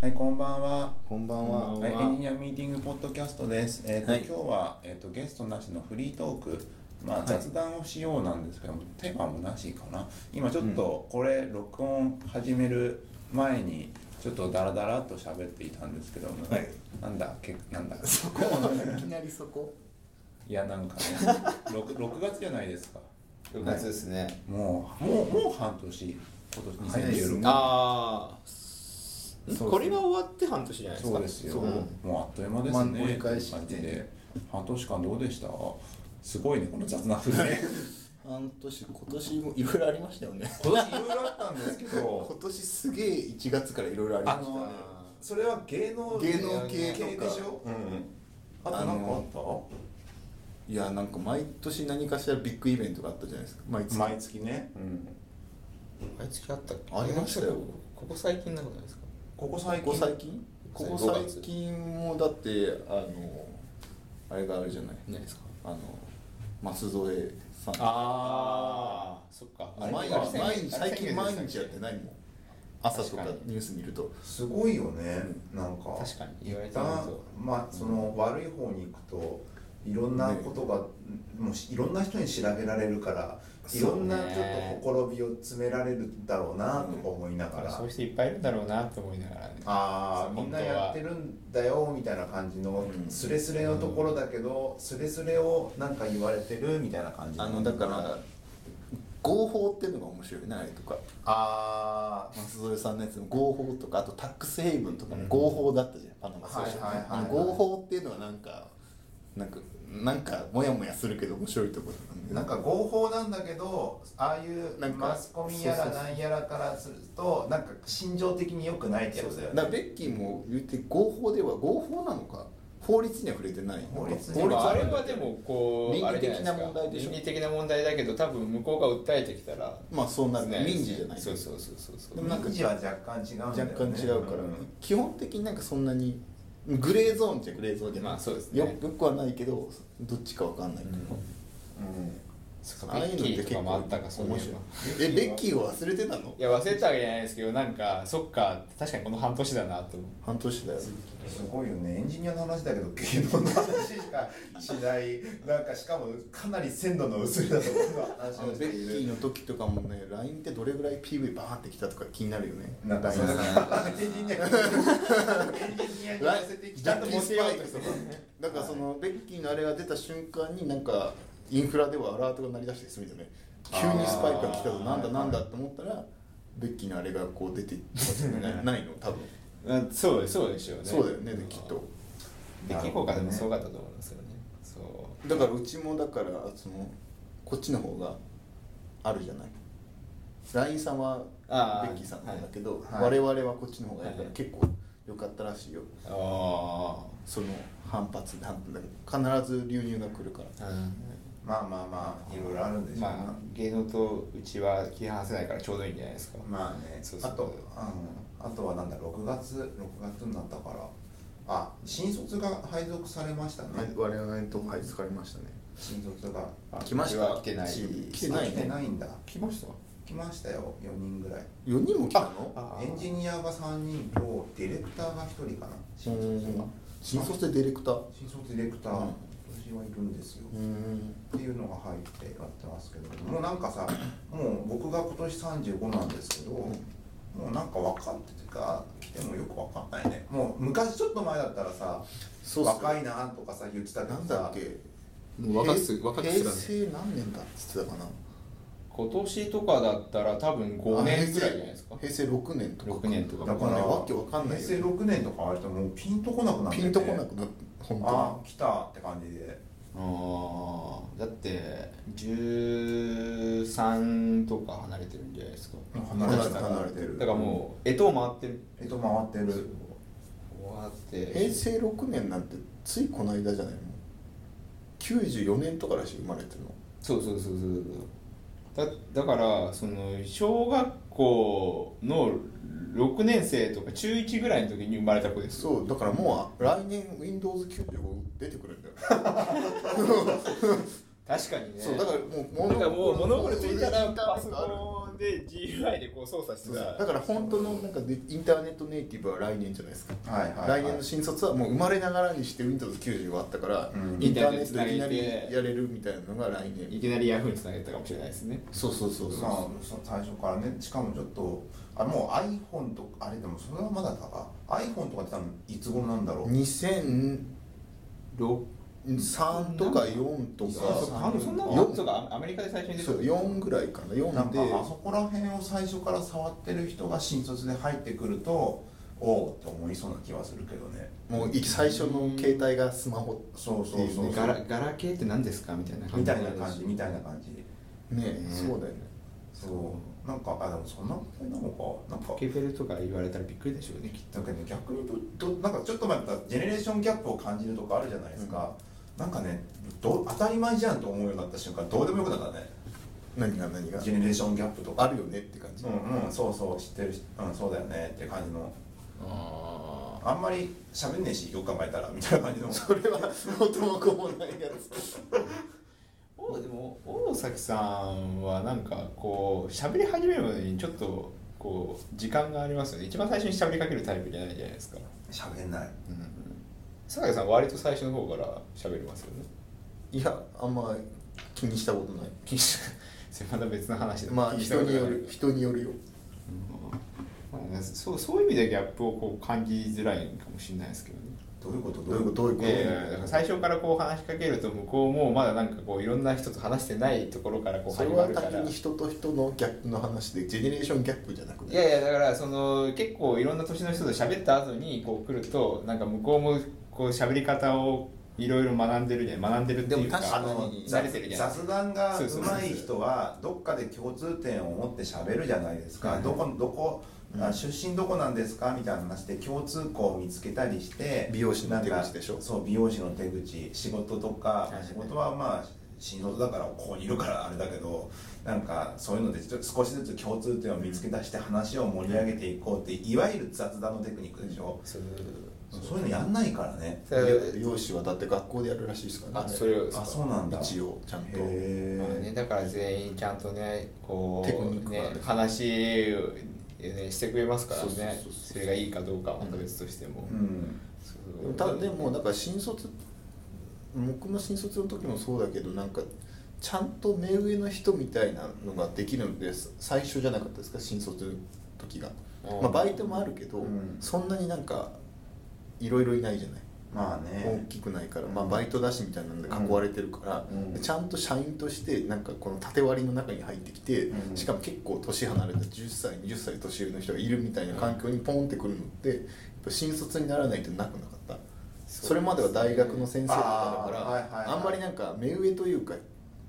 はい、こんばんは。こんばんこんは。ばはんい、はエンジニアミーティングポッドキャストです。えっ、と、はい今日は、えっ、と、ゲストなしのフリートーク。まいあ、雑談をしようなんですけども、テーマもなしかな。今ちょっと、これ、録音始める前に。ちょっとダラダラっと喋っていたんですけども、はいなんだけなんだそこいきなりそこいやなんかね 6, 6月じゃないですか6月ですね。もうもうもう半年今年早いです2016ねあそうですあねこれが終わって半年じゃないですかそうですよ。そもううあっという間ですまあね。折り返して感じで半年間どうでした？すごい ねこの雑な風で。半年今年もいろいろありましたよね今年いろいろあったんですけど、今年すげえ1月からいろいろありあましたねのそれは芸能芸能系とかでしょ？うんうんあとなんかああっいやなんか毎年何かしらビッグイベントがあったじゃないですか毎た？月毎月ね。毎月あったっけありましたよここ最近なことないですかこここ最こ近。最近ここ最近もだってあのあれがあるじゃないないですかあの舛添さんああそっか毎あれ日毎日あれ最近毎日やってないもん朝とか確かニュース見るとすごいよね。なんか。確かに言われ一てみる旦とまあその悪い方に行くといろんなことが、もういろんな人に調べられるからいろんなちょそうっねとほころびを詰められるだろうなとか思いながら、そういう人いっぱいいるんだろうなと思いながらねああそうみんなやってるんだよみたいな感じのうんスレスレのところだけど、スレスレをなんか言われてるみたいな感じあのだから合法っていうのが面白いねあれとかああ舛添さんのやつの合法とかあとタックスヘイブンとかも合法だったじゃん、パナマ訴訟はいはいはいあの合法っていうのはなんかなんかなんかモヤモヤするけど面白いところなんでなんか合法なんだけどああいうなんかマスコミやらそうそうそうなんやらからするとなんか心情的に良くないってやつだよねだからベッキーも言って合法では合法なのか法律には触れてない法律でにもはあれはでもこう倫理的なあれじゃいすか問題でしょ倫理的な問題だけど多分向こうが訴えてきたらまあそうなるねね民事じゃないそうそうそうそうそうでもなんか民事は若干違うんだよね若干違うから、ん基本的になんかそんなにグレーゾーンじゃグレーゾーンじゃない、まあそうですねよよくはないけどどっちかわかんないけど、そっかベッキーとかもあったかそういうの面白いえベッキーを忘れてたのいや忘れてたわけじゃないですけどなんかそっか確かにこの半年だなと思う半年だよすごいよねエンジニアの話だけど芸能の話しかしないなんかしかもかなり鮮度の薄いだところのあ話のをしベてッキいーるの時とかもね LINE ってどれぐらい PV バーンってきたとか気になるよねなんかそれ LINE がエンジニアにエンジニアに寄せてきちゃたとんと思っ持ってよてよううとしとしててるるだからそのベッキーのあれが出た瞬間になんかインフラではアラートが鳴り出してすみたいなね急にスパイクが来たあぞーなんだなんだって思ったらベッキーのあれがこう出てないないの多分うんそうですそうでしょうねそうだよねきっとベッキー効果でもすごかったと思うんですよねそうだからうちもだからそのこっちの方があるじゃない LINE さんはベあーッキーさんなんだけど、はいはい我々はこっちの方がやるからはい結構良かったらしいよあその反発で反発だけど必ず流入が来るからあ、まあまあまあいろいろあるんでしょうなまあ芸能とうちは切り離せないからちょうどいいんじゃないですか、まあねそうそうあとあのあとはなんだ6月6月になったからあ新卒が配属されましたね、我々とはい疲れましたね新卒が来ましたうちは来てないし来てあな来いてねないんだ来ました来ましたよ4人ぐらい4人も来たのあエンジニアが3人とディレクターが1人かな新卒がうん新卒でディレクター新卒ディレクターうん私はいるんですようんっていうのが入ってやってますけどもうなんかさもう僕が今年35なんですけどもうなんか分かっててか来てもよく分かんないねもう昔ちょっと前だったらさそうっすよ若いなとかさ言ってたけなどんださっけもう若くす平若くすら平ね成何年だっつってたかな今年とかだったら多分5年ぐらいじゃないですか平成6年とか6年とかだからねわけわかんないよ平成6年とかあれともうピンとこなくなってピンとこなくなって本あ当あ来たって感じでああだって13とか離れてるんじゃないですか離れだてかるら離れてるだからもう干支を回ってるえっと回ってそうる終わってに平成6年なんてついこの間じゃないの94年とからしい生まれてるのそうそうそうそうだだからその小学校の6年生とか中1ぐらいの時に生まれた子ですそうだからもう来年 Windows95 出てくるんだよ、確かにねそうだからもうなんかもう物を心ついたらインターネパッソトあるコンで GUI でこう操作してただから本当のなんかでインターネットネイティブは来年じゃないですか、はいはいはい来年の新卒はもう生まれながらにして Windows90 があったから、うんインターネットでいきなりインターネットでつなげてやれるみたいなのが来い年きなりヤフーにつなげたかもしれないですねそうそうそうそう、まあその最初からねしかもちょっとあもう iPhone とかあれでもそれはまだだか iPhone とか出たのいつ頃なんだろう2003とか4とそうそうかそんなもんとかアメリカで最初に出たそう4ぐらいかなんな4でかあそこら辺を最初から触ってる人が新卒で入ってくるとおおって思いそうな気はするけどねもうい最初の携帯がスマホそうそうそうガラガラ系って何ですかみたいなみたいな感じみたいな感じねうんそうだよねそうなんかあでもそんなことなのかなんかケーペルとか言われたらびっくりでしょうねきっとだけど逆にどどなんかちょっと待ったジェネレーションギャップを感じるとかあるじゃないですか、なんかねど当たり前じゃんと思うようになった瞬間どうでもよくなったね何が何がジェネレーションギャップとかあるよねって感じ、うんうんそうそう知ってるしうんそうだよねって感じのああんまり喋んねえしよく考えたらみたいな感じのそれは元も子もないやつおでも大崎さんはなんかこう喋り始めるまでにちょっとこう時間がありますよね一番最初に喋りかけるタイプじゃないじゃないですか喋んないうん坂井さん割と最初の方から喋りますよね いやあんま気にしたことない気にしそれまた別の話でまあ気にし人たことにないよる人によるようんまあねそうそういう意味ではギャップをこう感じづらいかもしれないですけどねどういうことどういうことどういうこいと、やいやだから最初からこう話しかけると向こうもまだなんかこういろんな人と話してないところからこうそ始れまはるか単らに人と人のギャップの話でジェネレーションギャップじゃなくいてやいやだからその結構いろんな年の人と喋った後にこう来るとなんか向こうもこう喋り方をいろいろ学んでるじゃん学んでるっていうかでも確かあにの慣れてるじゃん雑談がそうそうそう上手い人はどっかで共通点を持って喋るじゃないですか、うんどこどこ、あ出身どこなんですかみたいな話で共通項を見つけたりして美容師の手口なんかでしょそう美容師の手口仕事とか、いはい仕事はまあ新卒だからここにいるからあれだけどなんかそういうのでちょっと少しずつ共通点を見つけ出して話を盛り上げていこうっていわゆる雑談のテクニックでしょ、そうそういうのやんないからねだから美容師はだって学校でやるらしいですからあそれをあそうなんだ一応ちゃんへとえまあね、だから全員ちゃんとねこうテクニックがあるね、話を、ね、してくれますからねそうそそうそうそうれがいいかどうかはまた別としても、うんそうでもたでもだから新卒僕の新卒の時もそうだけどなんかちゃんと目上の人みたいなのができるのです最初じゃなかったですか新卒の時が、うんまあ、バイトもあるけど、うんそんなになんかいろいろいないじゃないまあね大きくないから、まあ、バイトだしみたいなので囲われてるから、うんちゃんと社員としてなんかこの縦割りの中に入ってきて、うんしかも結構年離れた10歳20歳年上の人がいるみたいな環境にポンってくるのってやっぱ新卒にならないとなくなかったすねそれまでは大学の先生とかだからあーはいはいはいあんまりなんか目上というか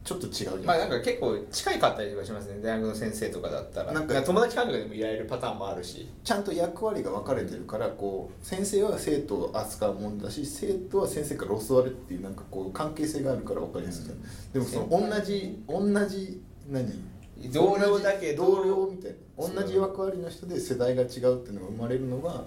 ちょっと違うじゃないまあなんか結構近いかったりとかしますね大学の先生とかだったならなんんかか友達間とかでもいられるパターンもあるしちゃんと役割が分かれてるからこう先生は生徒を扱うもんだし生徒は先生から教わるっていうなんかこう関係性があるから分かりやすいじゃん、でもその先輩同じ同じ何同僚だけど同僚みたいな同じ役割の人で世代が違うっていうのが生まれるのが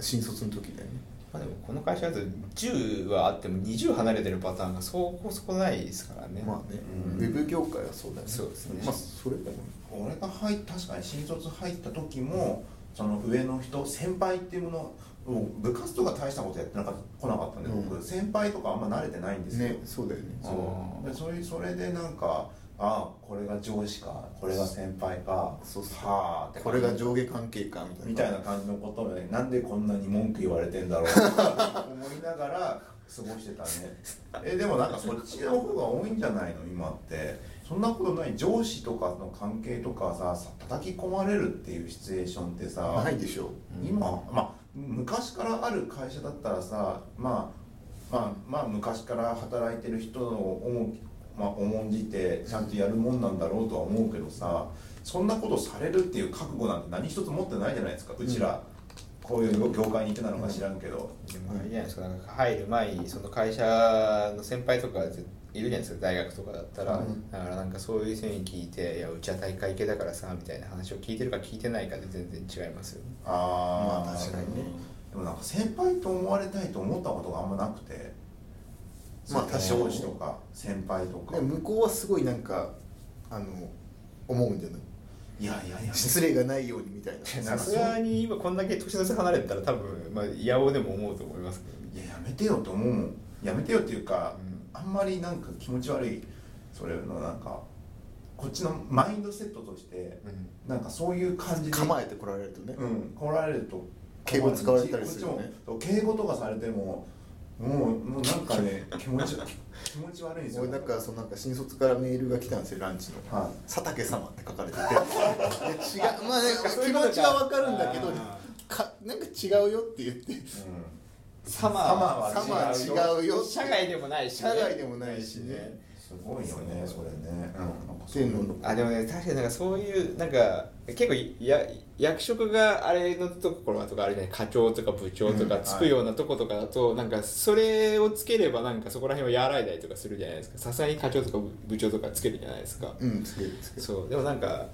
新卒の時だよねまあ、でもこの会社だと10はあっても20離れてるパターンがそうこそこないですからね、まあね、うんウェブ業界はそうだよねそうですねまあそれでも俺が入っ確かに新卒入った時もその上の人先輩っていうものもう部活とか大したことやってなかった来なかったんで、うん僕先輩とかあんま慣れてないんですよ、ねそうだよねそうでそれそれでなんかあこれが上司かこれが先輩かそうそうはあってこれが上下関係かみたいなみたいな感じのことでなんでこんなに文句言われてんだろう思いながら過ごしてたねえでもなんかそっちの方が多いんじゃないの今ってそんなことない上司とかの関係とかささ叩き込まれるっていうシチュエーションってさないでしょ今、まあ、昔からある会社だったらさ、まあ、まあまあ昔から働いてる人を重,、まあ、重んじてちゃんとやるもんなんだろうとは思うけどさそんなことされるっていう覚悟なんて何一つ持ってないじゃないですかうちら、こういう業界にいてなのか知らんけど、でもあれじゃないですかなんか入る前にその会社の先輩とかいるじゃないですか大学とかだったら、うんだからなんかそういう人に聞いて「いやうちは大会系だからさ」みたいな話を聞いてるか聞いてないかで全然違いますよねあー、まあ確かにねでもなんか先輩と思われたいと思ったことがあんまなくてまあ確かに上司とか先輩とかで向こうはすごいなんかあの思うんじゃないいやいやいや失礼がないようにみたいなさすがに今こんだけ年の差離れたら多分まあ野望でも思うと思いますけどいややめてよと思うもんやめてよっていうか、うあんまりなんか気持ち悪いそれのなんかこっちのマインドセットとしてうんなんかそういう感じで構えてこられるとね、うん、来られると困る敬語使われたりするよねこっちもそう敬語とかされてももうもうなんか ね気持ち気持ち悪いんですよ俺なんかそのなんか新卒からメールが来たんですよランチのは「佐竹様」って書かれてていや違うまあね気持ちはわかるんだけどかなんか違うよって言ってい、うサマあ様はーは違うよ社外でもないし、社外でもないしねん、すごいよねそれね、うんなんかそう天皇のあでもね確かになんかそういうなんか結構や役職があれのところはとかあれね課長とか部長とかうんつくようなとことかだと、なんかそれをつければなんかそこら辺を和らいだりとかするじゃないですかさすがに課長とか部長とかつけるじゃないですか、うんつけるつけるそうでもなんか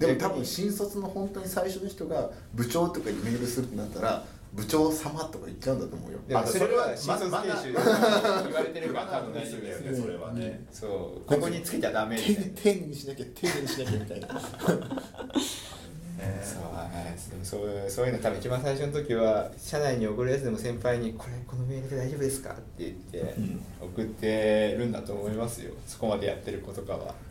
でも多分新卒の本当に最初の人が部長とかにメールするってなったら部長様とか言っちゃうんだと思うよでもあそれはそれ新は卒ま研修で言われてるから多分大丈夫だよねそれはね、そうここにつけちゃダメみたいな丁丁寧にしなきゃ丁寧にしなきゃみたいなねそうそうそういうの多分一番最初の時は社内に送るやつでも先輩に「これこのメールで大丈夫ですか?」って言って送ってるんだと思いますよそこまでやってる子とかは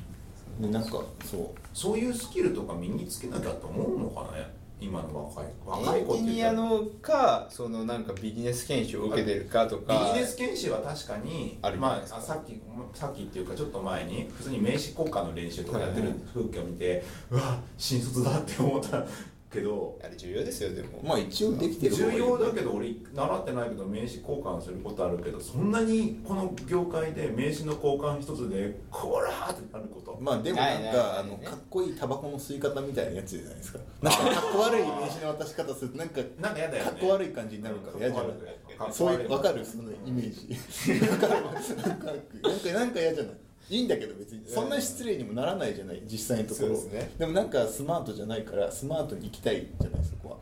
でなんかそうそういうスキルとか身につけなきゃと思うのかね今の若い若エい子っンジてニ言アったらのかそのなんかビジネス研修を受けてるかとビかジネス研修は確かにあるじゃないまですあ、かあさっきさっきっていうかちょっと前に普通に名刺交換の練習とかやってる風景を見て、うわ新卒だって思ったけどあれ重要ですよでもまあ一応できてる方が重いいよ要だけど俺習ってないけど名刺交換することあるけどそんなにこの業界で名刺の交換一つでこらーってなることまあでもなんないかないないあのかっこいいタバコの吸い方みたいなやつじゃないですかなんかかっこ悪い名刺の渡し方するとなんかかなんか嫌だよねっこ悪い感じになるから嫌じゃないかっこ悪いそういうわかるそのイメージわかるなんかなんかなんか嫌じゃないいいんだけど別にそんな失礼にもならないじゃない実際のところそうですねでもなんかスマートじゃないからスマートに行きたいじゃないそこは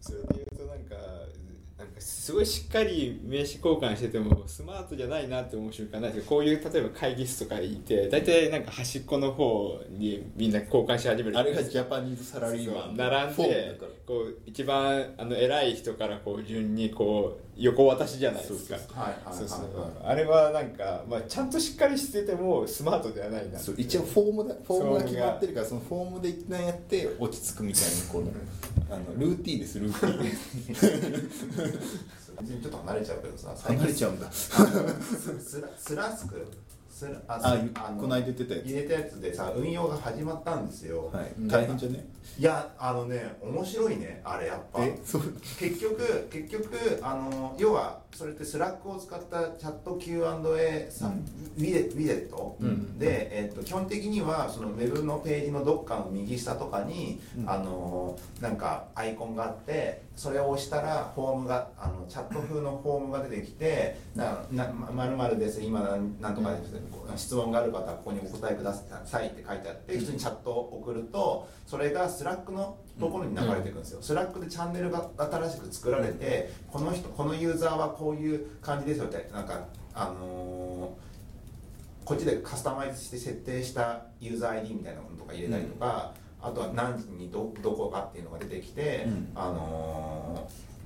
それで言うとなんかなんかすごいしっかり名刺交換しててもスマートじゃないなって思う瞬間ないですけどこういう例えば会議室とかいて大体なんか端っこの方にみんな交換し始めるあれがジャパニーズサラリーマンの並んフォームでだからこう一番あの偉い人からこう順にこう横渡しじゃないですかはいはいはいはいそうそうあれはなんか、まあ、ちゃんとしっかりしててもスマートではないなってそう一応フォームだフォームが決まってるからそのフォームで一旦やって落ち着くみたいなこうあのルーティンですルーティン別にちょっと離れちゃうけどさ 離れちゃうんだススラスラスクスラああすこの間出てたやつ入れたやつでさ運用が始まったんですよ、はいうん大変じゃねいやあのね面白いねあれやっぱえそう結局結局あの要はそれってスラックを使ったチャット Q&A さ、うんウィレウィレット、うんで、えっと基本的にはそのウェブのページのどっかの右下とかに、うんあのなんかアイコンがあってそれを押したらフォームがあのチャット風のフォームが出てきて「ななまるまるです今なんなんとかです、質問がある方はここにお答えください」って書いてあって普通にチャットを送るとそれがスラックのところに流れていくんですよ、スラックでチャンネルが新しく作られてこの人このユーザーはこういう感じですよってなんかあのーこっちでカスタマイズして設定したユーザー ID みたいなものとか入れたりとか、あとは何時にどどこかっていうのが出てきて、うんあのー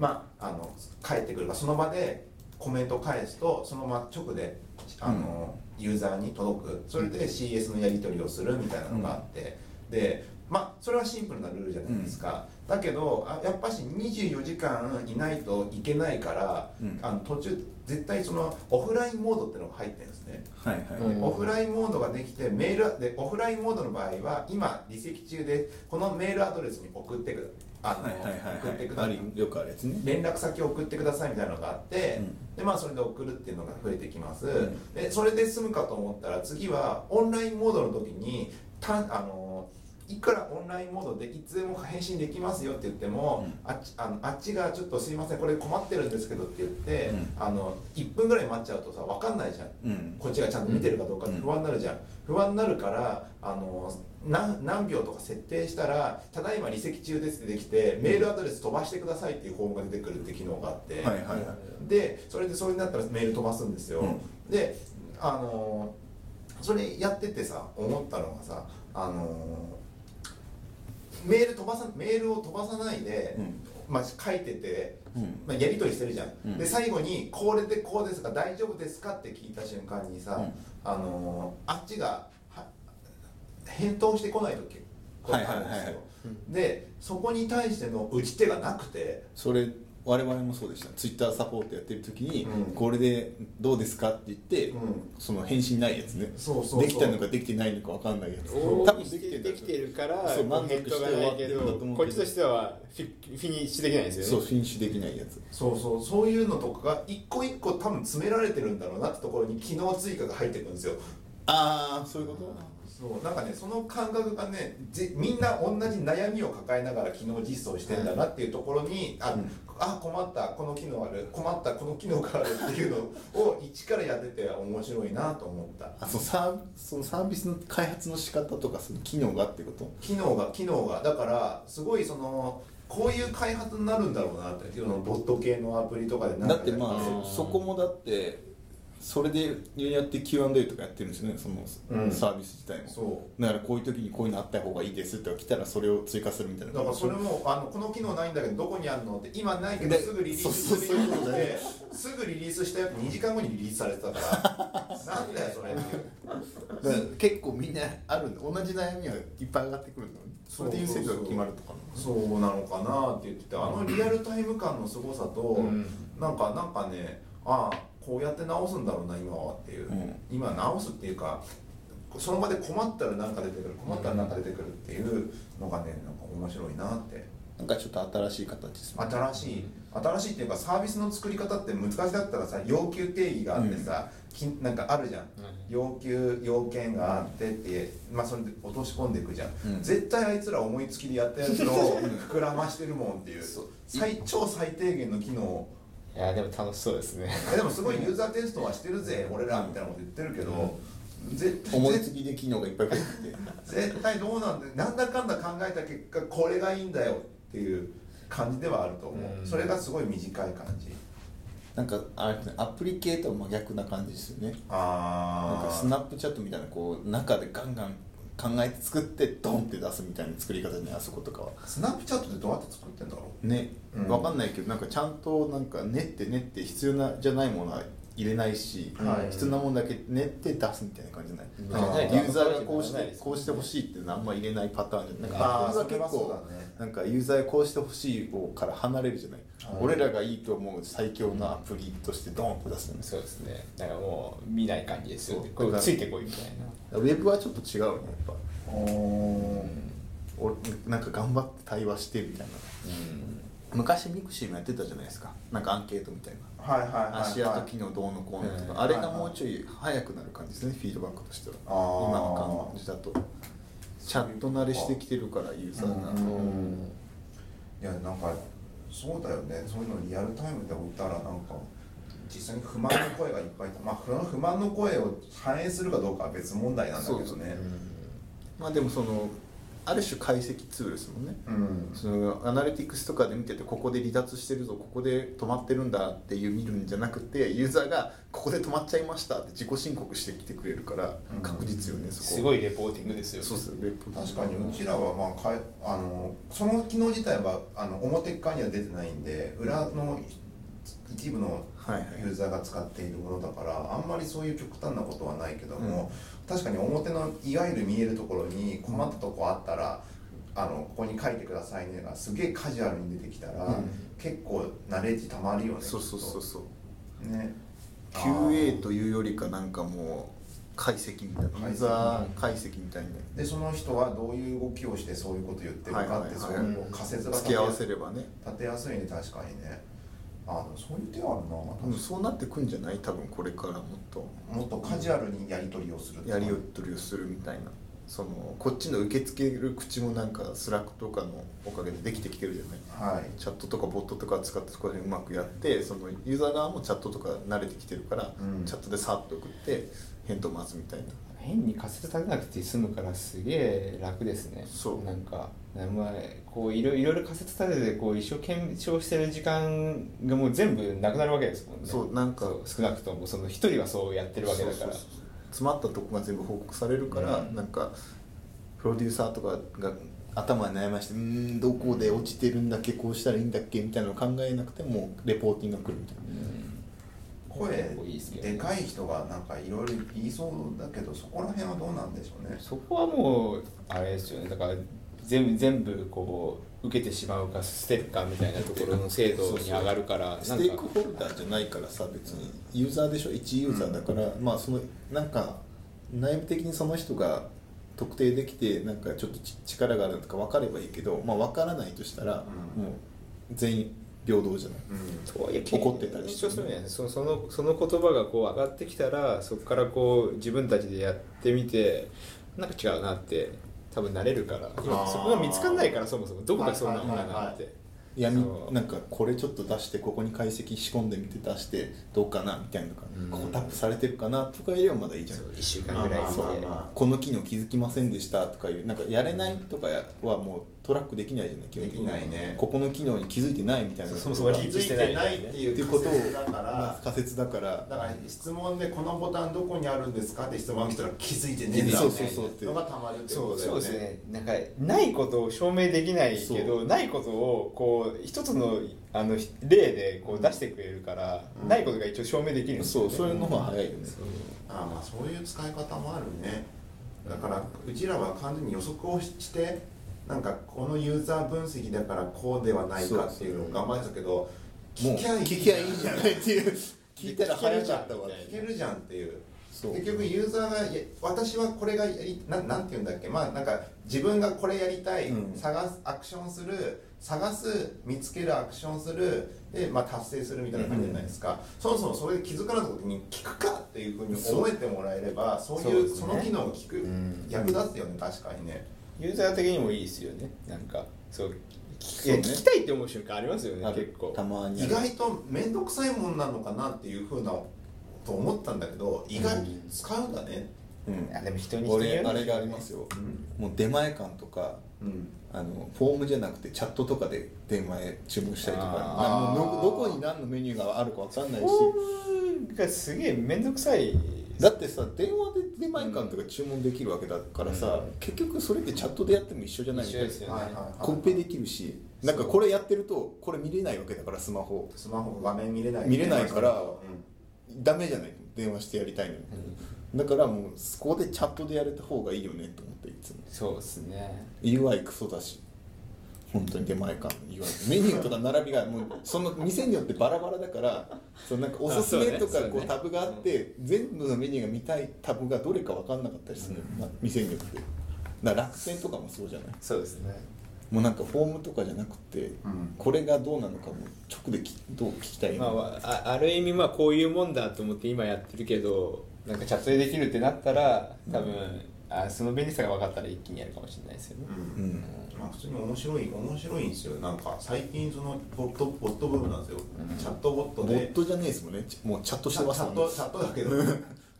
まああの帰ってくるかその場でコメント返すとそのまま直で、あのーユーザーに届くそれで CS のやり取りをするみたいなのがあって、でまあそれはシンプルなルールじゃないですか、だけどあやっぱし24時間いないといけないから、うんあの途中絶対そのオフラインモードっていうのが入ってるんですね。はいうんオフラインモードができてメールでオフラインモードの場合は今離席中でこのメールアドレスに送ってくあの、送ってくだあるよくあるやつね連絡先を送ってくださいみたいなのがあって、うんでまあそれで送るっていうのが増えてきます、んでそれで済むかと思ったら次はオンラインモードの時にたあのいくらオンラインモードでいつでも返信できますよって言っても、あっちあのあっちがちょっとすいませんこれ困ってるんですけどって言って、うんあの1分ぐらい待っちゃうとさ分かんないじゃんうんこっちがちゃんと見てるかどうかって不安になるじゃん、不安になるからあの何何秒とか設定したら「ただいま離席中です」ってできてメールアドレス飛ばしてくださいっていうフォームが出てくるって機能があって、はいはいはいでそれでそれになったらメール飛ばすんですよ、うであのそれやっててさ思ったのがさあのメール飛ばさメールを飛ばさないで、うんまあ、書いてて、うんまあ、やり取りしてるじゃん、うんで最後に「これでこうですが大丈夫ですか?」って聞いた瞬間にさ、うんあのーあっちがは返答してこない時はいはいはいはいこうなるんですよでそこに対しての打ち手がなくてそれ我々もそうでしたツイッターサポートやってる時に、うんこれでどうですかって言って、うんその返信ないやつねそうそうそうできたのかできてないのか分かんないやつ多多分分ででききててできてるからそう満足返答がして終なわいってけるんだと思うけどどこっちとしてはフィフィニッシュできないですよねそうフィニッシュできないやつそうそうそういうのとかが一個一個多分詰められてるんだろうなってところに機能追加が入ってくるんですよああそういうことそうなんかねその感覚がねぜみんな同じ悩みを抱えながら機能実装してんだなっていうところに、あうんあ困ったこの機能ある困ったこの機能があるっていうのを一からやってて面白いなと思ったあそのサーそのサービスの開発の仕方とかその機能がってこと機能が機能がだからすごいそのこういう開発になるんだろうなっていうのボット系のアプリとかでなんかだってまあやそそこもだってそれでやって Q&A とかやってるんですよねそうんのサービス自体も、そだからこういう時にこういうのあった方がいいですって来たらそれを追加するみたいなだからそれもあのこの機能ないんだけどどこにあるのって今ないけどですぐリリーそうスそうすそうるいうよことっだよてすぐリリースしたやつ2時間後にリリースされてたからなんだよそれっていうだから結構みんなあるんだ同じ悩みはいっぱい上がってくるんだもんねそそうそれうでそう優先度が決まるとかなそうなのかなって言っててあのリアルタイム感のすごさと、うんなんかなんかねああこうやって直すんだろうな今はっていう、うん今直すっていうかその場で困ったらなんか出てくる困ったらなんか出てくるっていうのがねなんか面白いなってんかちょっと新しい形ですね新しい新しいっていうかサービスの作り方って難しかったらさ要求定義があってさ、きなんかあるじゃん、要求要件があってって、まあ、それで落とし込んでいくじゃん、うん絶対あいつら思いつきでやったやつを膨らましてるもんっていうそう最超最低限の機能をいやでも楽しそうですねえでもすごいユーザーテストはしてるぜ俺らみたいなこと言ってるけど、絶対思いつきで機能がいっぱい入ってて絶対どうなんだなんだかんだ考えた結果これがいいんだよっていう感じではあると思う、うんそれがすごい短い感じなんかあれですねアプリ系とは真逆な感じですよねなんあかスナップチャットみたいなこう中でガンガン考えて作ってドンって出すみたいな作り方ねあそことかはスナップチャットってどうやって作ってんだろうね、うんわかんないけどなんかちゃんとなんか練って練って必要なじゃないものは入れないし、はい必要なものだけ練って出すみたいな感じじゃない、うんなんかユーザーがこうしないでてすこうしてほしいっていうのあんま入れないパターンじゃないなんあかーアプリは結それは構そうだねなんかユーザーがこうしてほしいをから離れるじゃない、はい俺らがいいと思う最強のアプリとしてドンと出すんですよそうですねだからもう見ない感じですよねそうこだかうらついてこいみたいなウェブはちょっと違うよねやっぱお俺なんか頑張って対話してみたいな昔ミクシーもやってたじゃないですかなんかアンケートみたいなはいはいはい、はい、足跡機能どうのこうのとか、うんあれがもうちょい早くなる感じですね、フィードバックとしてはあ今ーの感じだとチャット慣れしてきてるからユーザーが、うんいやなんかそうだよねそういうのリアルタイムで置いたらなんか実際に不満の声がいっぱいまあその不満の声を反映するかどうかは別問題なんだけそどうでねすまあでもそのある種解析ツールですもんね、うんそのアナリティクスとかで見ててここで離脱してるぞここで止まってるんだっていう見るんじゃなくてユーザーがここで止まっちゃいましたって自己申告してきてくれるからうん確実よね、そこすごいレポーティングですよそうっすよね確かにうちらはまあかえあのその機能自体はあの表側には出てないんで裏の一部のはいはいユーザーが使っているものだからあんまりそういう極端なことはないけども、確かに表のいわゆる見えるところに困ったとこあったらあのここに書いてくださいねがすげえカジュアルに出てきたら、うん結構ナレッジたまるよねそうそうそうきっそうとね QA あというよりかなんかもう解析みたいな解析ユーザー解析みたいなーでその人はどういう動きをしてそういうこと言ってるかって、はいはいはいそういうこう仮説が付き合わせればね立てやすいね確かにねあでもそういう手はあるな、うんそうなってくんじゃない多分これからもっともっとカジュアルにやり取りをするとかやり取りをするみたいなそのこっちの受け付ける口もなんかスラックとかのおかげでできてきてるじゃないはいチャットとかボットとか使ってそこでうまくやってそのユーザー側もチャットとか慣れてきてるから、うんチャットでさっと送って返答待つみたいな変に仮説立てなくて済むからすげえ楽ですねそうなんかまあこういろいろいろ仮説立ててこう一生検証してる時間がもう全部なくなるわけですもんねそうなんかそう少なくともその一人はそうやってるわけだからそうそうそう詰まったとこが全部報告されるから、うんなんかプロデューサーとかが頭に悩ましてうーんどこで落ちてるんだっけこうしたらいいんだっけみたいなのを考えなくてもレポーティングが来るみたいな声いいっすけどねでかい人がなんかいろいろ言いそうだけどそこら辺はどうなんでしょうねそこはもうあれですよねだから全部全部こう受けてしまうか捨てるかみたいなところの精度に上がるからスなテんーかクホルダーじゃないからさ別にユーザーでしょ一ユーザーだから、まあそのなんか内部的にその人が特定できてなんかちょっとち力があるのとか分かればいいけど、まあ、分からないとしたら、うんもう全員平等じゃない、うんとはいえ怒ってたりして緊張するんじゃないそそのその言葉がこう上がってきたらそこからこう自分たちでやってみてなんか違うなって多分慣れるから今あーそこが見つかんないからそもそもどこがそうなもはのないんはいはいだはいって闇そうなんかこれちょっと出してここに解析仕込んでみて出してどうかなみたいなのとか、うんここタップされてるかなとかよりはまだいいじゃんそう1週間ぐらいでまあまあまあこの機能気づきませんでしたとかいうなんかやれないとかはもうトラックできないじゃない基本的にできないねここの機能に気づいてないみたいなそもそもっリーチしてないみたいな気ねづいてていいううことを仮説だかまあら仮説だからだから質問でこのボタンどこにあるんですかって質問の人が気づいてねえんだそうそうそうってのがたまるってそこうとだよねですねなんかないことを証明できないけどないことをこう一つのあの例でこう出してくれるから、うんないことが一応証明できるんですそよ、ね、うそれの方が早いよねああまあそういう使い方もあるねだからうちらは完全に予測をしてなんかこのユーザー分析だからこうではないかっていうのを頑張ってたけどもう聞きゃいい聞きゃいいんじゃないっていう聞いたら早かったわ聞けるじゃんっていうそう結局ユーザーがいや私はこれがやりななんて言うんだっけまあなんか自分がこれやりたい、うん探すアクションする探す見つけるアクションするで、まあ、達成するみたいな感じじゃないですか、そもそもそれで気づかなかった時に聞くかっていうふうに思えてもらえればそういうそそうですねの機能を聞く、ん役立つよね確かにねユーザー的にもいいですよねなんかそう聞そうね聞きたいって思う瞬間ありますよねある結構たまにあ意る外と面倒くさいもんなのかなっていうふうなと思ったんだけど意外に使うんだねうんあでも人に人に俺よるあれがありますようん、もう出前館とかうんあのフォームじゃなくてチャットとかで電話へ注文したりとかあーなもうどどこに何のメニューがあるか分かんないしフォームがすげえ面倒くさいだってさ電話で出前館とか注文できるわけだからさ、結局それってチャットでやっても一緒じゃないみ一た緒いでなすよね、はいはいはいコンペできるしなんかこれやってるとこれ見れないわけだからスマホスマホ画面見れない見れないからうんダメじゃない電話してやりたいのに、だからもうここでチャットでやれた方がいいよねと思っていつもそうですね UI クソだし本当に出前館の UI メニューとか並びがもうその店によってバラバラだからそのなんかおすすめとあそうかねこそううねタブがあって全部のメニューが見たいタブがどれか分かんなかったりするのよ、まあ店によってだから楽天とかもそうじゃないそうですねもうなんかフォームとかじゃなくて、うんこれがどうなのかも直できどう聞きたいまあ、あある意味まあこういうもんだと思って今やってるけどなんかチャットでできるってなったら多分、あその便利さが分かったら一気にやるかもしれないですよね、うんうん、まあ、普通に面白い面白いんですよなんか最近そのボットボットブームなんですよ、チャットボッボトでットじゃねえですもんねちもうチャットしてますチャッもんトねチャットだけど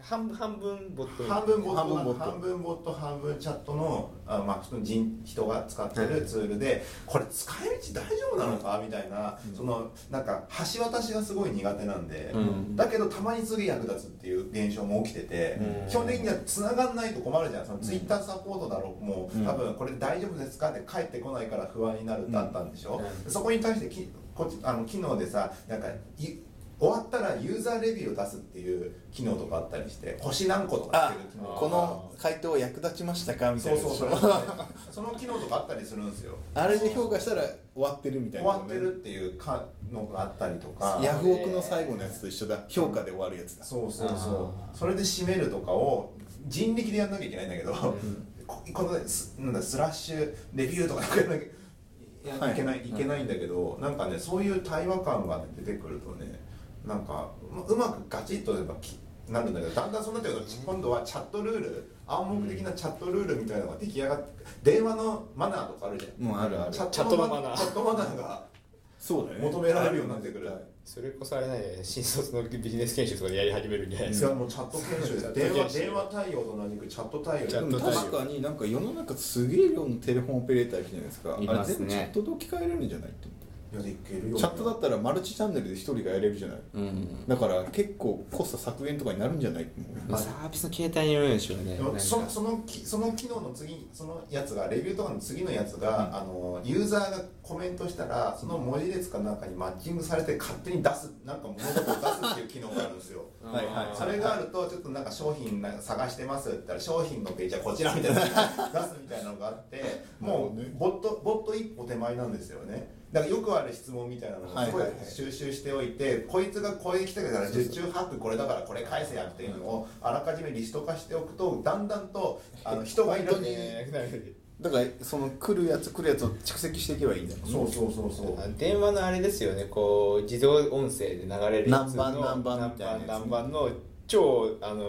半分半分ボット半分ボット半分ボット半分ボット半分チャットのあまあ普通の人人が使ってるツールでこれ使い道大丈夫なのかみたいな、そのなんか橋渡しがすごい苦手なんで、うんだけどたまにすぐ役立つっていう現象も起きてて、うん基本的には繋がんないと困るじゃんそのツイッターサポートだろうもう、うん多分これ大丈夫ですかって返ってこないから不安になるってあったんでしょ、うそこに対してきこっちあの機能でさなんかい終わったらユーザーレビューを出すっていう機能とかあったりして星何個とかつあける機能この回答役立ちましたかみたそいうなそうそれ その機能とかあったりするんですよあれで評価したら終わってるみた終いな、わってるっていうかのがあったりとかヤフオクの最後のやつと一緒だ評価で終わるやつだそうそうそうそれで締めるとかを人力でやんなきゃいけないんだけど、 ここのすなんだスラッシュレビューとかやらなきゃやはいいけない、い、けないんだけど、なんかねそういう対話感が出てくるとねなんかううまくガチッとやっぱきなるんだけどだんだんそうなってくると今度はチャットルール暗黙的なチャットルールみたいなのが出来上がって電話のマナーとかあるじゃんもうあるあるチャットのマナーチャットマナーがそうだ求められるようになってくる。それこそあれね新卒のビジネス研修とかでやり始めるんじゃないですそか、れはもうチャット研修チャでッ電ト研話修電話対応と同じくチャット対応チャッでトも対応確かになんか世の中すげえ量のテレフォンオペレーターいるじゃないですかいますねあれ全部チャットで置き換えれるんじゃないっていやでいけるよチャットだったらマルチチャンネルで一人がやれるじゃないうんだから結構コスト削減とかになるんじゃないって思うまあサービスの形態によるでしょうねでもなんかそそのきその機能の次そのやつがレビューとかの次のやつが、あのユーザーがコメントしたらその文字列かなんかにマッチングされて勝手に出すなんか物事を出すっていう機能があるんですよはいはいそれがあるとちょっとなんか商品なんか探してますって言ったら商品のページはこちらみたいなのが出すみたいなのがあって もなるうボットボット一歩手前なんですよねだからよくある質問みたいなのをすごいはいはいはい収集しておいて、こいつがこれ来てくれたから十中八九これだからこれ返せやっていうのをあらかじめリスト化しておくとだんだんとあの人がいるねだからその来るやつ来るやつを蓄積していけばいいんだよそうそうそうそうあ電話のあれですよねこう自動音声で流れるやつの何番何番みたいなやつね何番何番の超あの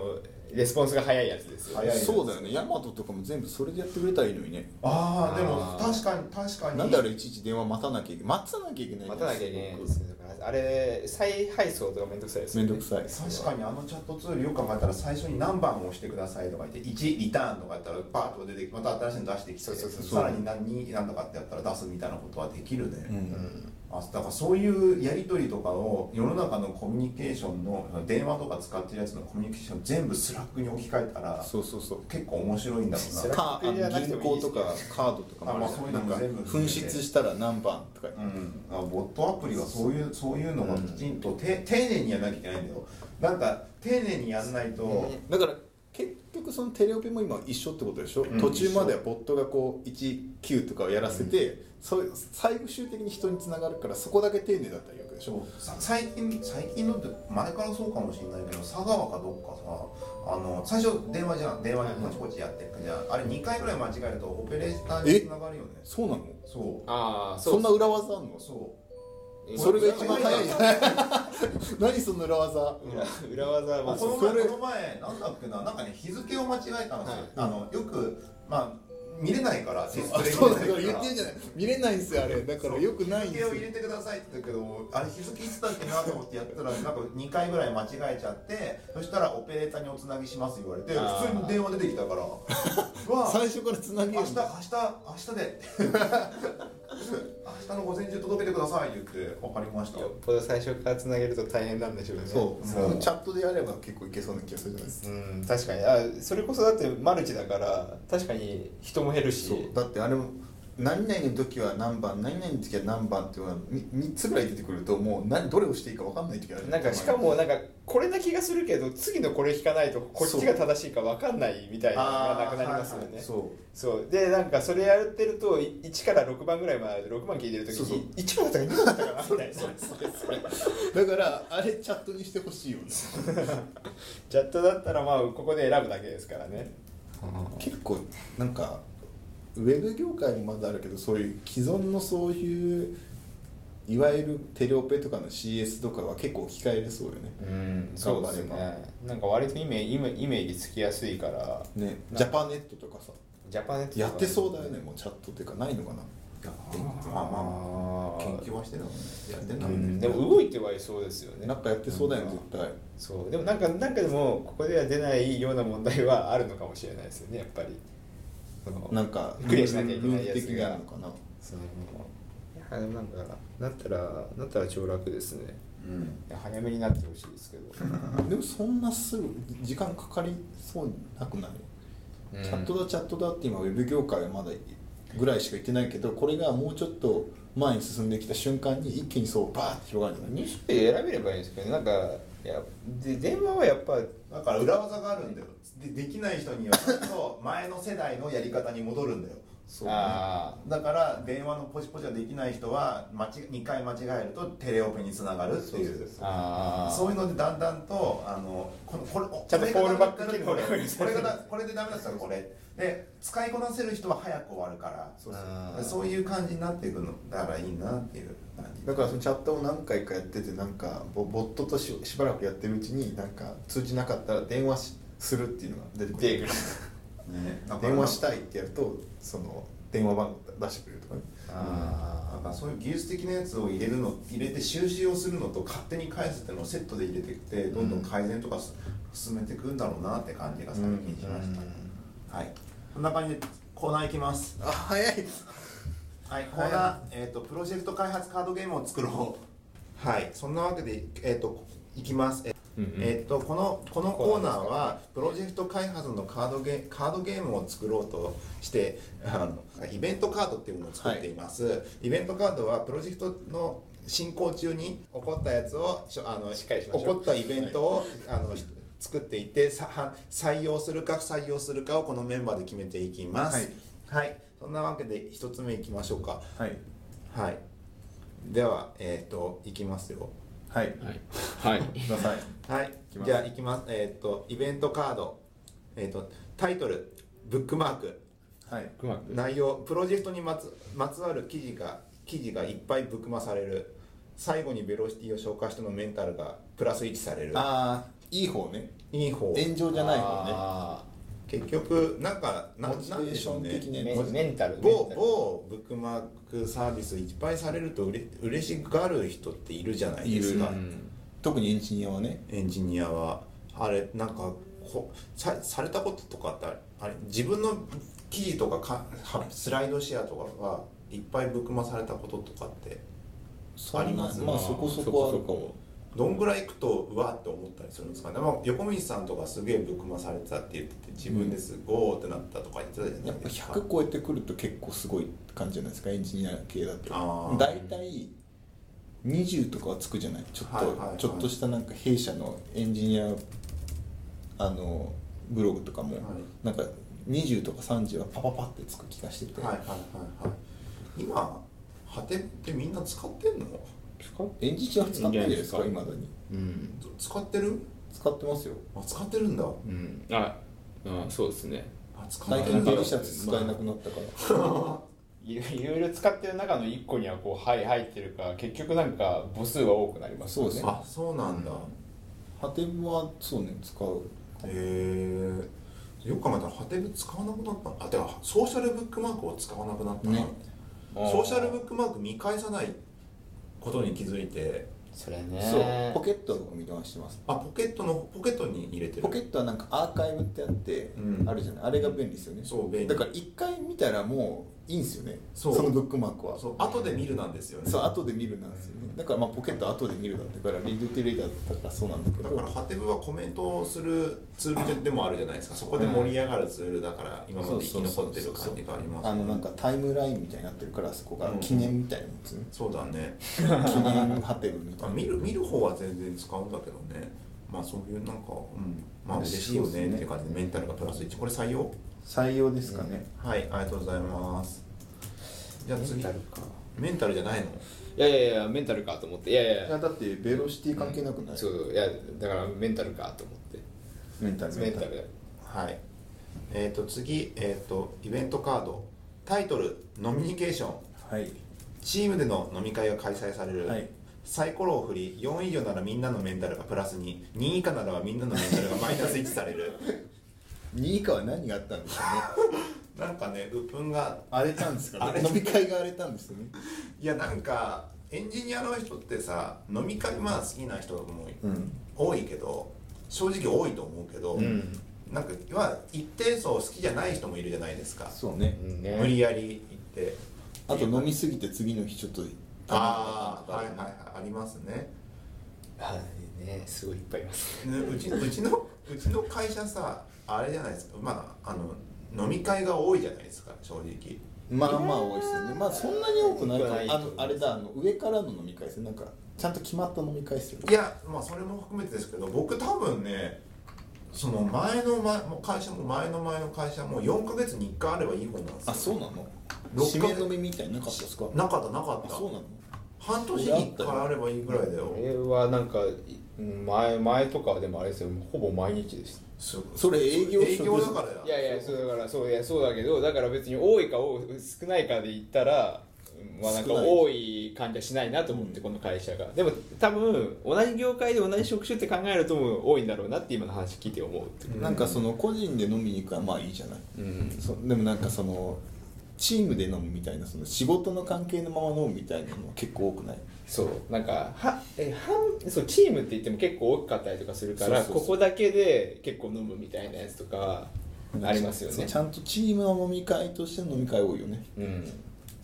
レスポンスが早いやつですよね早いねそうだよねヤマトとかも全部それでやってくれたらいいのにねああでもあー確かに確かになんであれいちいち電話待たなきゃいけない待たなきゃいけない待たなきゃいけないんですよだからあれ再配送とかめんどくさいですよめんねどくさい確かにあのチャットツールよく考えたら最初に何番を押してくださいとか言って1リターンとかやったらバーッと出てきまた新しいの出してきてそうそうそうさらに何に何とかってやったら出すみたいなことはできるね、うんあだからそういうやり取りとかを世の中のコミュニケーションの電話とか使ってるやつのコミュニケーション全部スラックに置き換えたらそうそうそう結構面白いんだろうなカーあじゃなのくて銀もい行いしとかカードとかもあるじあまゃあそういんうなのんもか全部紛失したら何番とかうん、あボットアプリはそういうそういうのがきちんとて、丁寧にやらなきゃいけないんだよなんか丁寧にやらないと、だから結局そのテレオペも今一緒ってことでしょ、うん途中まではボットがこう19とかをやらせて、そう最終的に人につながるからそこだけ丁寧だったらいいわけでしょそうさ最近最近のって前からそうかもしれないけど佐川かどっかさあの最初電話じゃん電話でポチポチやってるじゃんあれ2回ぐらい間違えるとオペレーターにつながるよねそうなのそうああそそうんな裏技あんのそうそれが一番俺早い 何その裏技裏裏技はまあこのそれ前この前なんだっけななんかね日付を間違えたの、はいあのよくまあ見れないからディスプレイそうだから見れ言なっいてんじゃない見れないんですよあれだからよくないん日で付すよを入れてくださいって言ったけどあれ日付いつだっけなと思ってやったらなんか2回ぐらい間違えちゃってそしたらオペレーターにおつなぎします言われてあー普通に電話出てきた からうわ最初からつなげる明日明日明日で 明日の午前中届けてくださいって言って分かりましたよっぽど最初からつなげると大変なんでしょうねそう、そうチャットでやれば結構いけそうな気がするじゃないですかうん確かにあそれこそだってマルチだから確かに人も減るしそうだってあれも何々の時は何番何々の時は何番っていうのが3つぐらい出てくるともう何どれをしていいか分かんない時あるなんかしかもなんかこれな気がするけど次のこれ引かないとこっちが正しいか分かんないみたいなのがなくなりますよねそそうでなんかそれやってるとい1から6番ぐらいまで6番聞いてる時そうそうに1番だったか2番 だったかなみたいなうだからあれチャットにしてほしいよねチャットだったらまあここで選ぶだけですからね結構なんかウェブ業界もまだあるけどそういう既存のそういういわゆるテレオペとかの CS とかは結構置き換えれそうよねうんそそううでですすねねなんか割とイメイメイメージつきやすいからねなんかジャパネットとかさジャパネットとかやってそうだよねもうチャットっていうかないのかまなあまあああ研究はしてるのねやってんだうもんんねでも動いてはいそうですよねなんかやってそうだよね絶対そうでもなんかなんかでもここでは出ないような問題はあるのかもしれないですよねやっぱりそのなんかクリアしなきゃいけないルーやつがル的なのかなそのいやでもなんかなったらなったら超楽ですねうんいや早めになってほしいですけどでもそんなすぐ時間かかりそうになくない、チャットだチャットだって今ウェブ業界はまだぐらいしか言ってないけどこれがもうちょっと前に進んできた瞬間に一気にそうバーって広がるんじゃない2種類選べればいいんですけどなんかいやで電話はやっぱだから裏技があるんだよでできない人にはちゃんと前の世代のやり方に戻るんだよそうあだから電話のポチポチができない人は間違2回間違えるとテレオペにつながるっていうーあーそういうのでだんだんとあのこのこれおちゃんとこれがフォールバックダメだった機能がらこれこれがだこれでダメだったらこれで使いこなせる人は早く終わるからそうあーそういう感じになっていくのだからいいなっていう感じだからそのチャットを何回かやっててなんかボボットとししばらくやってるうちになんか通じなかったら電話しするっていうのが出てく出てるくるねだから電話したいってやるとその電話番号出してくれるとかねなあんかそういう技術的なやつを入れるの入れて収集をするのと勝手に返すっていうのをセットで入れてきてどんどん改善とかす進めていくんだろうなって感じが最近しました、はいこんな感じでコーナーいきますあ早いはい、コーナー、えっ、と、プロジェクト開発カードゲームを作ろう。はい、そんなわけで、えっ、と、いきます。えっ、えーと、この、このコーナーは、プロジェクト開発のカードゲ、カードゲームを作ろうとして。あの、イベントカードっていうものを作っています。イベントカードは、プロジェクトの進行中に起こったやつを、しょあの、しっかりしましょう起こったイベントを、あの。作っていってさは採用するか不採用するかをこのメンバーで決めていきます。はい、そんなわけで一つ目いきましょうか。はいはい。では、えっ、と、いきますよ。はいくはいださいはいきま。すじゃあ、いきます。えっ、と、イベントカード。えっ、と、タイトル、ブックマーク。はいくまく内容、プロジェクトにまつ、まつわる記事が、記事がいっぱいぶくまされる。最後にベロシティを消化してのメンタルがプラス1される。ああいい方ねいい方。炎上じゃない方ねあ結局、なんか、なモチベーション的なんでしょうねにねメメンタル某メンタル某ブックマークサービスいっぱいされるとうれ嬉しがる人っているじゃないですかいるうん特にエンジニアはねエンジニアはあれなんかこさされたこととかってあれあれ自分の記事とかかはスライドシェアとかがいっぱいぶくまされたこととかってそんなありますまあそこそこあるそこどんぐらいいくとうわって思ったりするんですかね、まあ、横道さんとかすげえぶくまされてたって言ってて自分ですごーってなったとか言ってたじやゃっないぱですか100超えてくると結構すごい感じじゃないですかエンジニア系だとあー大体20とかはつくじゃないちょっと、はいはいはいちょっとしたなんか弊社のエンジニアあのブログとかも、はいなんか20とか30はパパパってつく気がしてて、はいはいはいはい今果てってみんな使ってんのそこエンジニアは使ってるじゃないですかいいんいじゃまなだにうん使ってる使ってますよあ使ってるんだうんああそうですねあ使最って近るんだギリシャツ使えなくなったから、いろいろいろ使ってる中の1個にはこう「はい」入ってるから結局なんか母数は多くなりますよそうですねあそうなんだ、ハテブはそうね使うへえよく考えたらハテブ使わなくなったのあではソーシャルブックマークを使わなくなったな、ねソーシャルブックマーク見返さないことに気づいてそれねそうポケットを見回してますあポケットのポケットに入れてるポケットはなんかアーカイブってあって、うんあるじゃないあれが便利ですよねそう便利だから一回見たらもういいんですよねそうのブックマークはそう後で見るなんですよねそう後で見るなんですよねだからまあポケット後で見るだったからリードテレーダーだからそうなんだけだどからハテブはコメントをするツールでもあるじゃないですかそこで盛り上がるツールだから今まで生き残ってる感じがありますあのなんかタイムラインみたいになってるからそこが記念みたいなもんで すね、そうだね記念ハテブみたまあい見なる見る方は全然使うんだけどねまあそういうなんか、うん、まあ嬉しいよそうでねすっねていう感じでメンタルがプラス1これ採用採用ですかね、はいありがとうございますじゃあ次メンタルかじゃないのいやいやいやメンタルかと思っていやいやいいややだってベロシティ関係なくない、そういやだからメンタルかと思ってメンタルメンタルはいえっ、と次えっ、とイベントカードタイトル「ノミニケーション」はいチームでの飲み会が開催される、はいサイコロを振り4以上ならみんなのメンタルがプラス22以下ならばみんなのメンタルがマイナス1され る2以下は何があったんでしょうねなんかね鬱憤が荒れたんですか荒ねれ飲み会が荒れたんですよねいやなんかエンジニアの人ってさ飲み会まあ好きな人もうん多いけど正直多いと思うけど、んなんかまあ一定層好きじゃない人もいるじゃないですか、そうね、うんね無理やり行ってあと飲みすぎて次の日ちょっとああはいはいはいありますねはいねすごいいっぱいいますねうちうちのうちの会社さあれじゃないですかまああの飲み会が多いじゃないですか正直まあまあ多いですよねまあそんなに多くないか多くないあのあれだあの上からの飲み会ですよなんかちゃんと決まった飲み会ですよいやまあそれも含めてですけど僕多分ねその前の前も会社も前の前の会社も4ヶ月に1回あればいい方なんですよあそうなの六ヶ締月め飲みみたいなのなかったですかなかったなかあったそうなの半年に1回あればいいぐらいだよこれはなんかうん前前とかはでもあれですよほぼ毎日ですすごいそれ営業職営業だからいやいやそうだからそういやそうだけどだから別に多いか多い少ないかで言ったらまあなんか少ない多い感じはしないなと思ってこの会社がでも多分同じ業界で同じ職種って考えるともう多いんだろうなって今の話聞いて思うってうんなんかその個人で飲みに行くはまあいいじゃないうんそでもなんかそのチームで飲むみたいなその仕事の関係のまま飲むみたいなの結構多くないそうなんかはえはそうチームって言っても結構大きかったりとかするかそうらそうそうここだけで結構飲むみたいなやつとかありますよそねうちゃんとチームの飲み会としての飲み会多いよねうん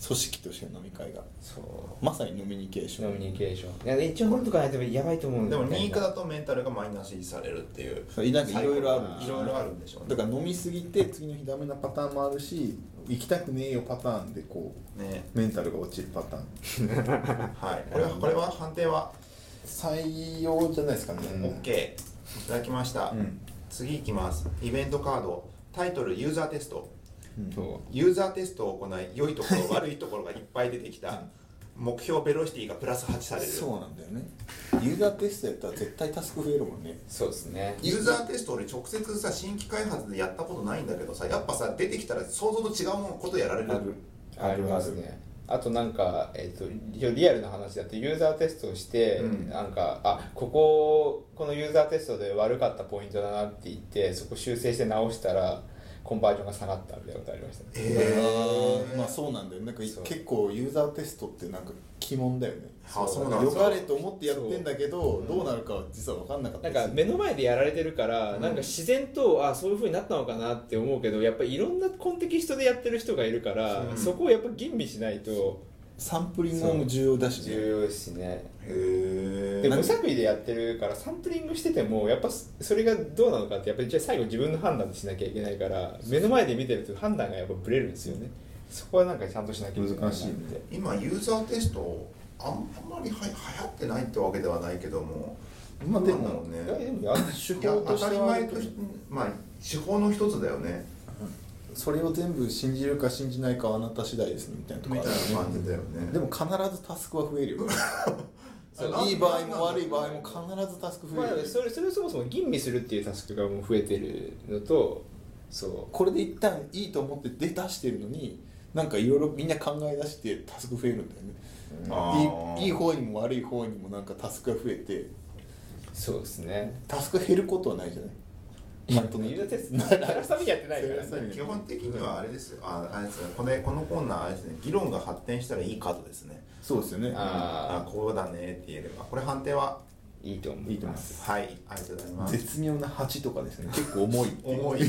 組織としての飲み会がそうまさに飲みニケーショノンミニケーションいや一応本とかないとやばいと思うんでだよもね2位だとメンタルがマイナスにされるっていうそうなんかいろいろあるんでいしょろいろあるんでしょうだから飲みすぎて次の日ダメなパターンもあるし行きたくねえよパターンでこらねうメンタルが落ちるパターンはいこれはこれは判定は採用じゃないですかね、 OK いただきました、うん次いきますイベントカードタイトルユーザーテストそうユーザーテストを行い良いところ悪いところがいっぱい出てきた目標ベロシティがプラス8されるそうなんだよねユーザーテストやったら絶対タスク増えるもんねそうですねユーザーテスト俺直接さ新規開発でやったことないんだけどさやっぱさ出てきたら想像と違うものことやられるありますねあとなんか、えっとリリアルな話だとユーザーテストをして、うんなんかあこここのユーザーテストで悪かったポイントだなって言ってそこ修正して直したらコンバージョンが下がったみたいなことありましたねえーまあそうなんだよなんかそう結構ユーザーテストってなんか鬼門だよねあそうなんだよかれと思ってやってんだけどどうなるかは実は分かんなかったなんりするか目の前でやられてるから、なんか自然とあそういう風になったのかなって思うけどやっぱりいろんなコンテキストでやってる人がいるから、うんそこをやっぱ吟味しないとサンプリングも重要だしね重要ですしねへでー無作為でやってるからサンプリングしててもやっぱそれがどうなのかってやっぱりじゃあ最後自分の判断でしなきゃいけないから目の前で見てると判断がやっぱブレるんですよねそこはなんかちゃんとしなきゃいけない難しいねで今ユーザーテストあんあんまりは流行ってないってわけではないけどもまあでもどうなんだろうねでもや 手いや法当としたてりは前としまあ手法の一つだよねそれを全部信じるか信じないかはあなた次第ですねみたいなとこみあたるいよねな感じだよねでも必ずタスクは増え るよそういい場合も悪い場合も必ずタスク増まあえる、それそれをそもそも吟味するっていうタスクがもう増えてるのとそうこれで一旦いいと思って出出してるのになんかいろいろみんな考え出してタスク増えるんだよねあーいいいい方にも悪い方にもなんかタスクが増えてそうですねタスクが減ることはないじゃないなんとなくユーザーテ スト減らすためにやってないから、そうね、基本的にはあれですよああれですよこれこのコーナーあれですね議論が発展したらいいカードですねそうですよねああこうだねって言えればこれ判定はあいいと思いいいと思いまますはいありがとうございます絶妙な8とか ですね結構重いってう重い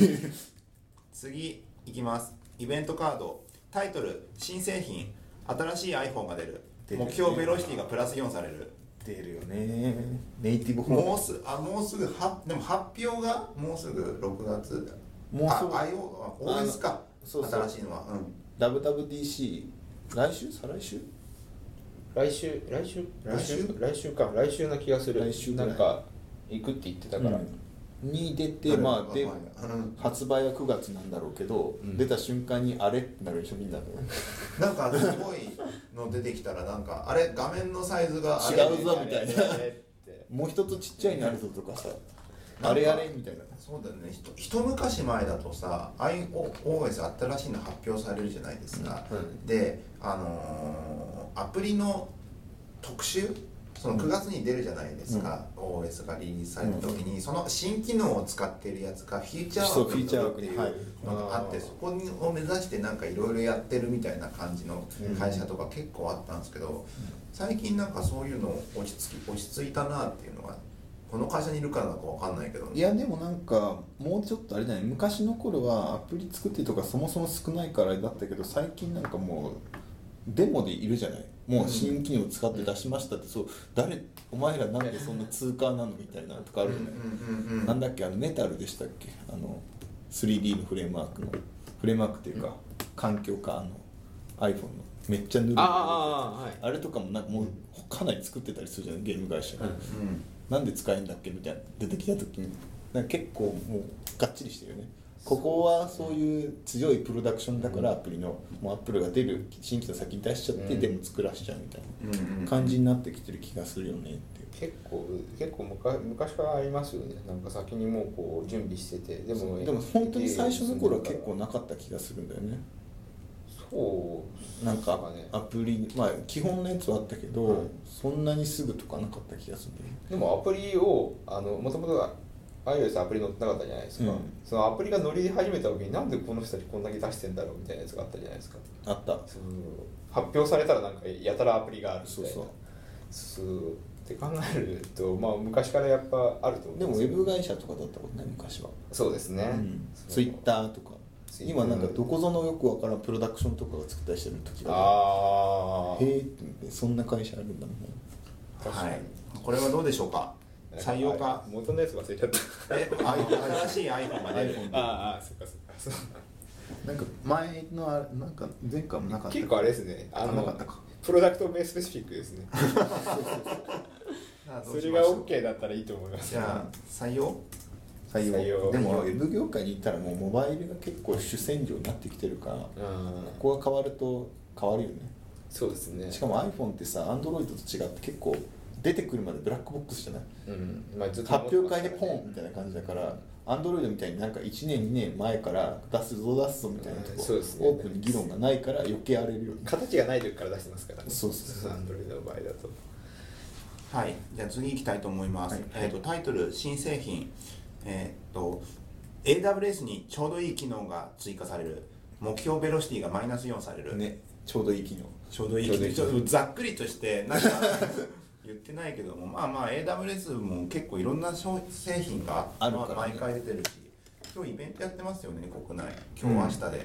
次いきますイベントカードタイトル新製品新しい iPhone が出る出る目標ベロシティがプラス4される出るよねネイティブもホうすあもうすぐはでも発表がもうすぐ6月もうすぐあ iO あ OS かそうそう新しいのはうんーム WWDC 来週再来週来週来週来週来週か来週な気がする来週ぐらないんか行くって言ってたから、うんに出てまあでうん発売は9月なんだろうけど、うん出た瞬間にあれってなるでしょみん ななんかすごいの出てきたらなんかあれ画面のサイズがあれ違うぞみたいなあれってもう一つちっちゃいのあるぞとかさなんかあれあれみたいなそうだよねひと一昔前だとさ iOS 新しいの発表されるじゃないですか、うんうんであのーアプリの特集その9月に出るじゃないですか、OS がリリースされた時に、その新機能を使ってるやつがフィーチャーそうワークにフィーチャーワーっクてにいうはいのがあってあーそこを目指してなんかいろいろやってるみたいな感じの会社とか結構あったんですけど、最近なんかそういうの落ち着き落ち着いたなっていうのがこの会社にいるからなのかわかんないけどねいやでもなんかもうちょっとあれじゃない昔の頃はアプリ作ってるとかそもそも少ないからあれだったけど最近なんかもうデモでいるじゃないもう新機能使って出しましたって、そう誰お前らなんでそんな通過なのみたいなとかあるじゃない、うんうんうんなんだっけあのメタルでしたっけあの 3D のフレームワークのフレームワークっていうか環境かあの iPhone のめっちゃぬるいああああはいあれとかもなんかもうかなり作ってたりするじゃないゲーム会社が、うんうんなんで使えるんだっけみたいな出てきた時になんか結構もうがっちりしてるよねここはそういう強いプロダクションだからアプリの、もうアップルが出る新規の先に出しちゃって、うんでも作らしちゃうみたいうんうんな感じになってきてる気がするよねっていう結構結構むか昔からありますよねなんか先にもうこう準備しててでもでも本当に最初の頃は結構なかった気がするんだよねそうなんかねアプリまあ基本のやつはあったけど、はいそんなにすぐとかなかった気がするんだよねでもアプリをあのもともと iOS アプリ乗ってなかったじゃないですか、うんそのアプリが乗り始めた時になんでこの人たちこんだけ出してんだろうみたいなやつがあったじゃないですかあったその発表されたらなんかやたらアプリがあるみたそいうなそうそうって考えるとまあ昔からやっぱあると思うんでもウすよェブ会社とかだったことない昔は、そうですね、うん、そツうイッターとか今なんかどこぞのよくわからんプロダクションとかが作ったりしてる時があああるへえって思ってそんな会社あるんだみたいなはいこれはどうでしょうか採用か元のやつ忘れちゃったえあ新しい iPhone が出るあーあーそっかそっかそうなんか前のあれなんか前回もなかった結構あれですねああなかのったかプロダクト名スペシフィックですねあどそうしれまがしょう OK だったらいいと思いますじゃあ採用採用採用でもウェブ業界に行ったらもうモバイルが結構主戦場になってきてるから、こうこんが変わると変わるよねそうですねしかも iPhone ってさ Android と違って結構出てくるまでブラックボックスじゃないうんまあ、ずっと発表会でポンみたいな感じだから、Android みたいになんか1年、2年前から出すぞ、出すぞみたいなとうんこ、そうですねオープンに議論がないから余計荒れるよね。形がない時から出してますからねそうそうそうアンドロイドの場合だとはい、じゃあ次行きたいと思います。はいえっ、とタイトル新製品えっ、と AWS にちょうどいい機能が追加される。目標ベロシティがマイナス4される。ね、ちょうどいい機能。ちょうどいいちょうどいいちょっとざっくりとしてなんか言ってないけども、まあまあ AWS も結構いろんな商製品があるからねまあ毎回出てるし、今日イベントやってますよね国内。今日明日でやって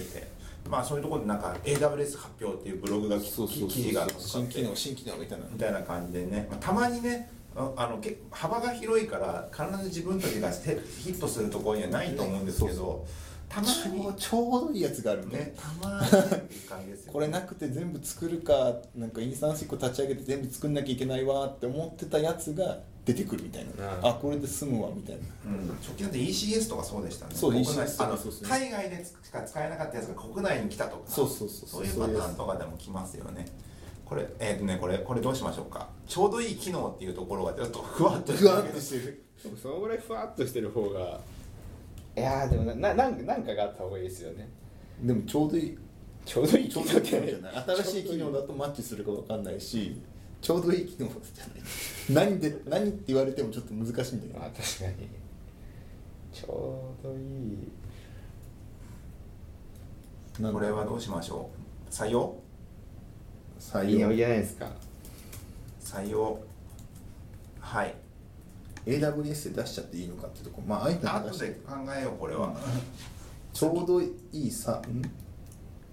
て。まあそういうところでなんか AWS 発表っていうブログがきそうそうそう記事が新機能、新機能みたいな。みたいな感じでね、まあ、たまにねああの結構幅が広いから必ず自分たちがせヒットするところにはないと思うんですけどたまちにょうちょうどいいやつがあるねね。たまにっていう感じですよねこれなくて全部作るか、なんかインスタンス1個立ち上げて全部作んなきゃいけないわって思ってたやつが出てくるみたいな。うんあ、これで済むわみたいな。うん、直近だって ECS とかそうでしたねそう国内 ECS あのそうそうそう海外でしか使えなかったやつが国内に来たとかそうそうそうそういうパターンとかでも来ますよねこれえっ、とねこれこれどうしましょうかちょうどいい機能っていうところがちょっとふわっとしてふるわっとしてる。でもそのぐらいふわっとしてる方がいやーでもなななんかなんかがあった方がいいですよねでもちょうどいい。ちょうどいいちょうどいい機能じゃない新しい機能だとマッチするか分かんないしちょうどいい機能じゃない何で何って言われてもちょっと難しいんだよまあ確かにちょうどいいなんこだれはどうしましょう採用採いいのじ用ゃないですか採用はい AWS で出しちゃっていいのかってとこまあ iPhone で出後しちゃでう考えようこれはちょうどいいさん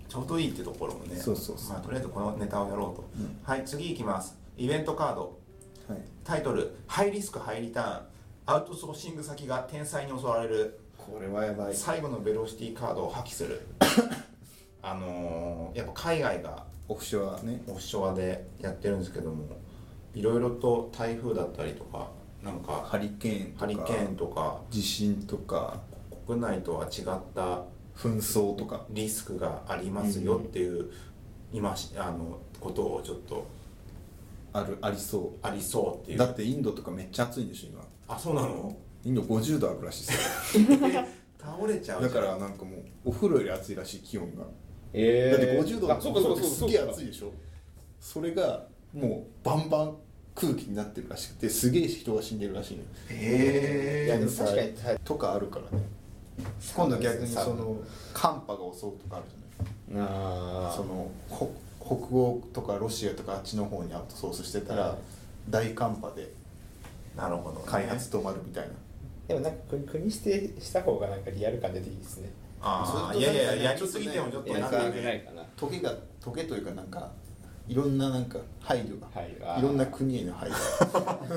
ちょうどいいってところもねそうそうそうまあ、とりあえずこのネタをやろうと、うんはい次いきますイベントカードはいタイトル「ハイリスクハイリターン」アウトソーシング先が天才に襲われるこれはやばい最後のベロシティカードを破棄す るあのーやっぱ海外がオフショアねオフショアでやってるんですけどもいろいろと台風だったりとかなんかハリケーンとかハリケーンとか地震とか国内とは違った紛争とかリスクがありますよっていう今しあのことをちょっとあるありそありそうっていううだってインドとかめっちゃ暑いんでしょ今あそうな のインド50度あるらしいです倒れちゃようじゃだんからなんかもうお風呂より暑いらしい気温がえだって50度のあそうかそうかすそうかっげえ暑いでしょそれがもうバンバン空気になってるらしくてすげえ人が死んでるらしいのよえいやえでも確かにはいとかあるからね今度逆にその寒波が襲うとかあるじゃないあーそのほ北欧とかロシアとかあっちの方にアウトソースしてたら大寒波でなるほどね、開発止まるみたいなでもなんか国国指定した方がなんかリアル感出ていいですねああいずっやといやなんかねいややりすぎてもちょっとやななんんかかないねかなトゲがトゲというかなんかいろんななんか配慮が、配慮がいろんな国への配慮が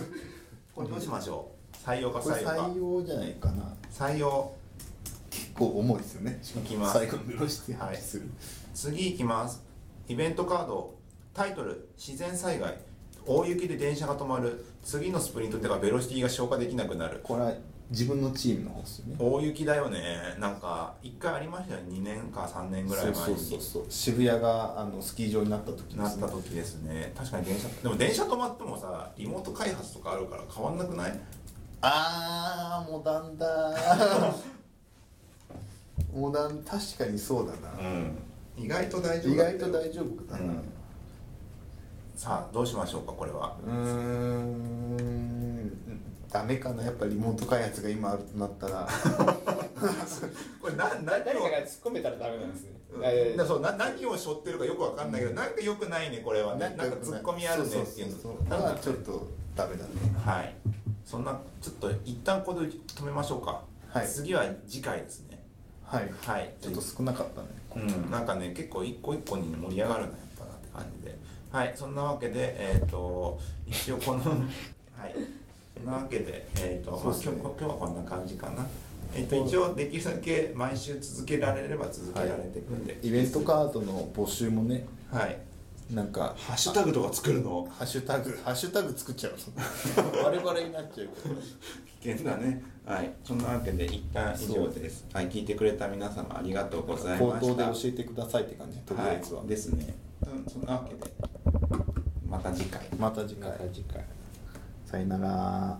これどうしましょう採用かこれ採用か採用じゃないかな採用結構重いですよねいきます最後に下ろして破棄する、次いきますイベントカードタイトル「自然災害」大雪で電車が止まる次のスプリントではベロシティが消化できなくなるこれは自分のチームの方ですよね大雪だよねなんか1回ありましたよね2年か3年ぐらい前にそうそうそうそう渋谷があのスキー場になった時ですねなった時ですね確かに電車でも電車止まってもさリモート開発とかあるから変わんなくないあーモダンだー モダン確かにそうだな、意外と大丈夫意だったよ外と大丈夫だうなんさあどうしましょうかこれはうーんダメかなやっぱリモート開発が今あるとなったらこれな何誰かをが突っ込めたらダメなんですねうんいやいやいやなそうな何を背負ってるかよくわかんないけど、なんかよくないねこれはねなんかツッコミあるねっていうそのそそだからちょっとダメだねはいそんなちょっと一旦ここで止めましょうか、はい次は次回ですねはいはいちょっと少なかったねうん、なんかね結構一個一個に盛り上がるなやっぱなって感じではいそんなわけでえっ、と一応この はいそんなわけでえっ、と、まあ、今日今日はこんな感じかなえっ、と一応できるだけ毎週続けられれば続けられていくんでイベントカードの募集もねはい、なんかハッシュタグとか作るのハッシュタグハッシュタグ作っちゃう 我々になっちゃうから危険だねはいそんなわけで一旦以上ですはい聞いてくれた皆様ありがとうござい口ました頭で教えてくださいって感じとりあえずは、はい、ですねそそんなわけでまた次回また次ま回た次回。さよなら